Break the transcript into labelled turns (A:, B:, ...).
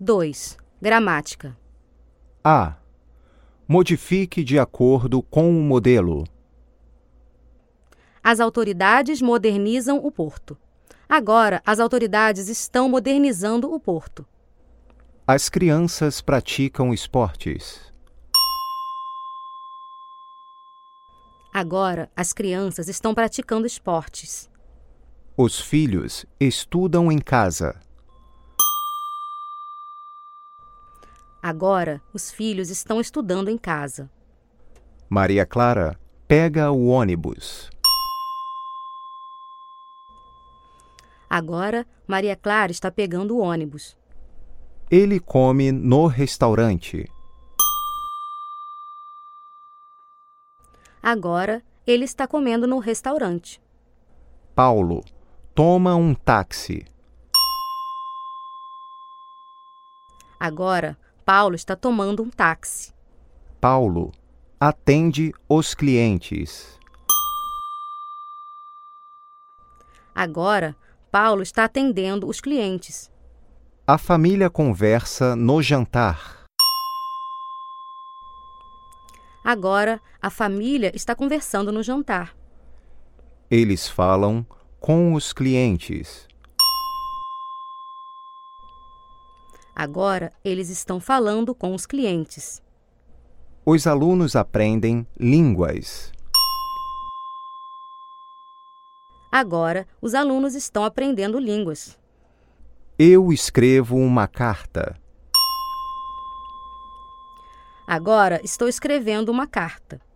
A: 2. Gramática.
B: A. Modifique de acordo com o modelo.
A: As autoridades modernizam o porto. Agora, as autoridades estão modernizando o porto.
B: As crianças praticam esportes.
A: Agora, as crianças estão praticando esportes.
B: Os filhos estudam em casa.
A: Agora, os filhos estão estudando em casa.
B: Maria Clara pega o ônibus.
A: Agora, Maria Clara está pegando o ônibus.
B: Ele come no restaurante.
A: Agora, ele está comendo no restaurante.
B: Paulo toma um táxi.
A: Agora, Paulo está tomando um táxi.
B: Paulo atende os clientes.
A: Agora, Paulo está atendendo os clientes.
B: A família conversa no jantar.
A: Agora, a família está conversando no jantar.
B: Eles falam com os clientes.
A: Agora, eles estão falando com os clientes.
B: Os alunos aprendem línguas.
A: Agora, os alunos estão aprendendo línguas.
B: Eu escrevo uma carta.
A: Agora, estou escrevendo uma carta.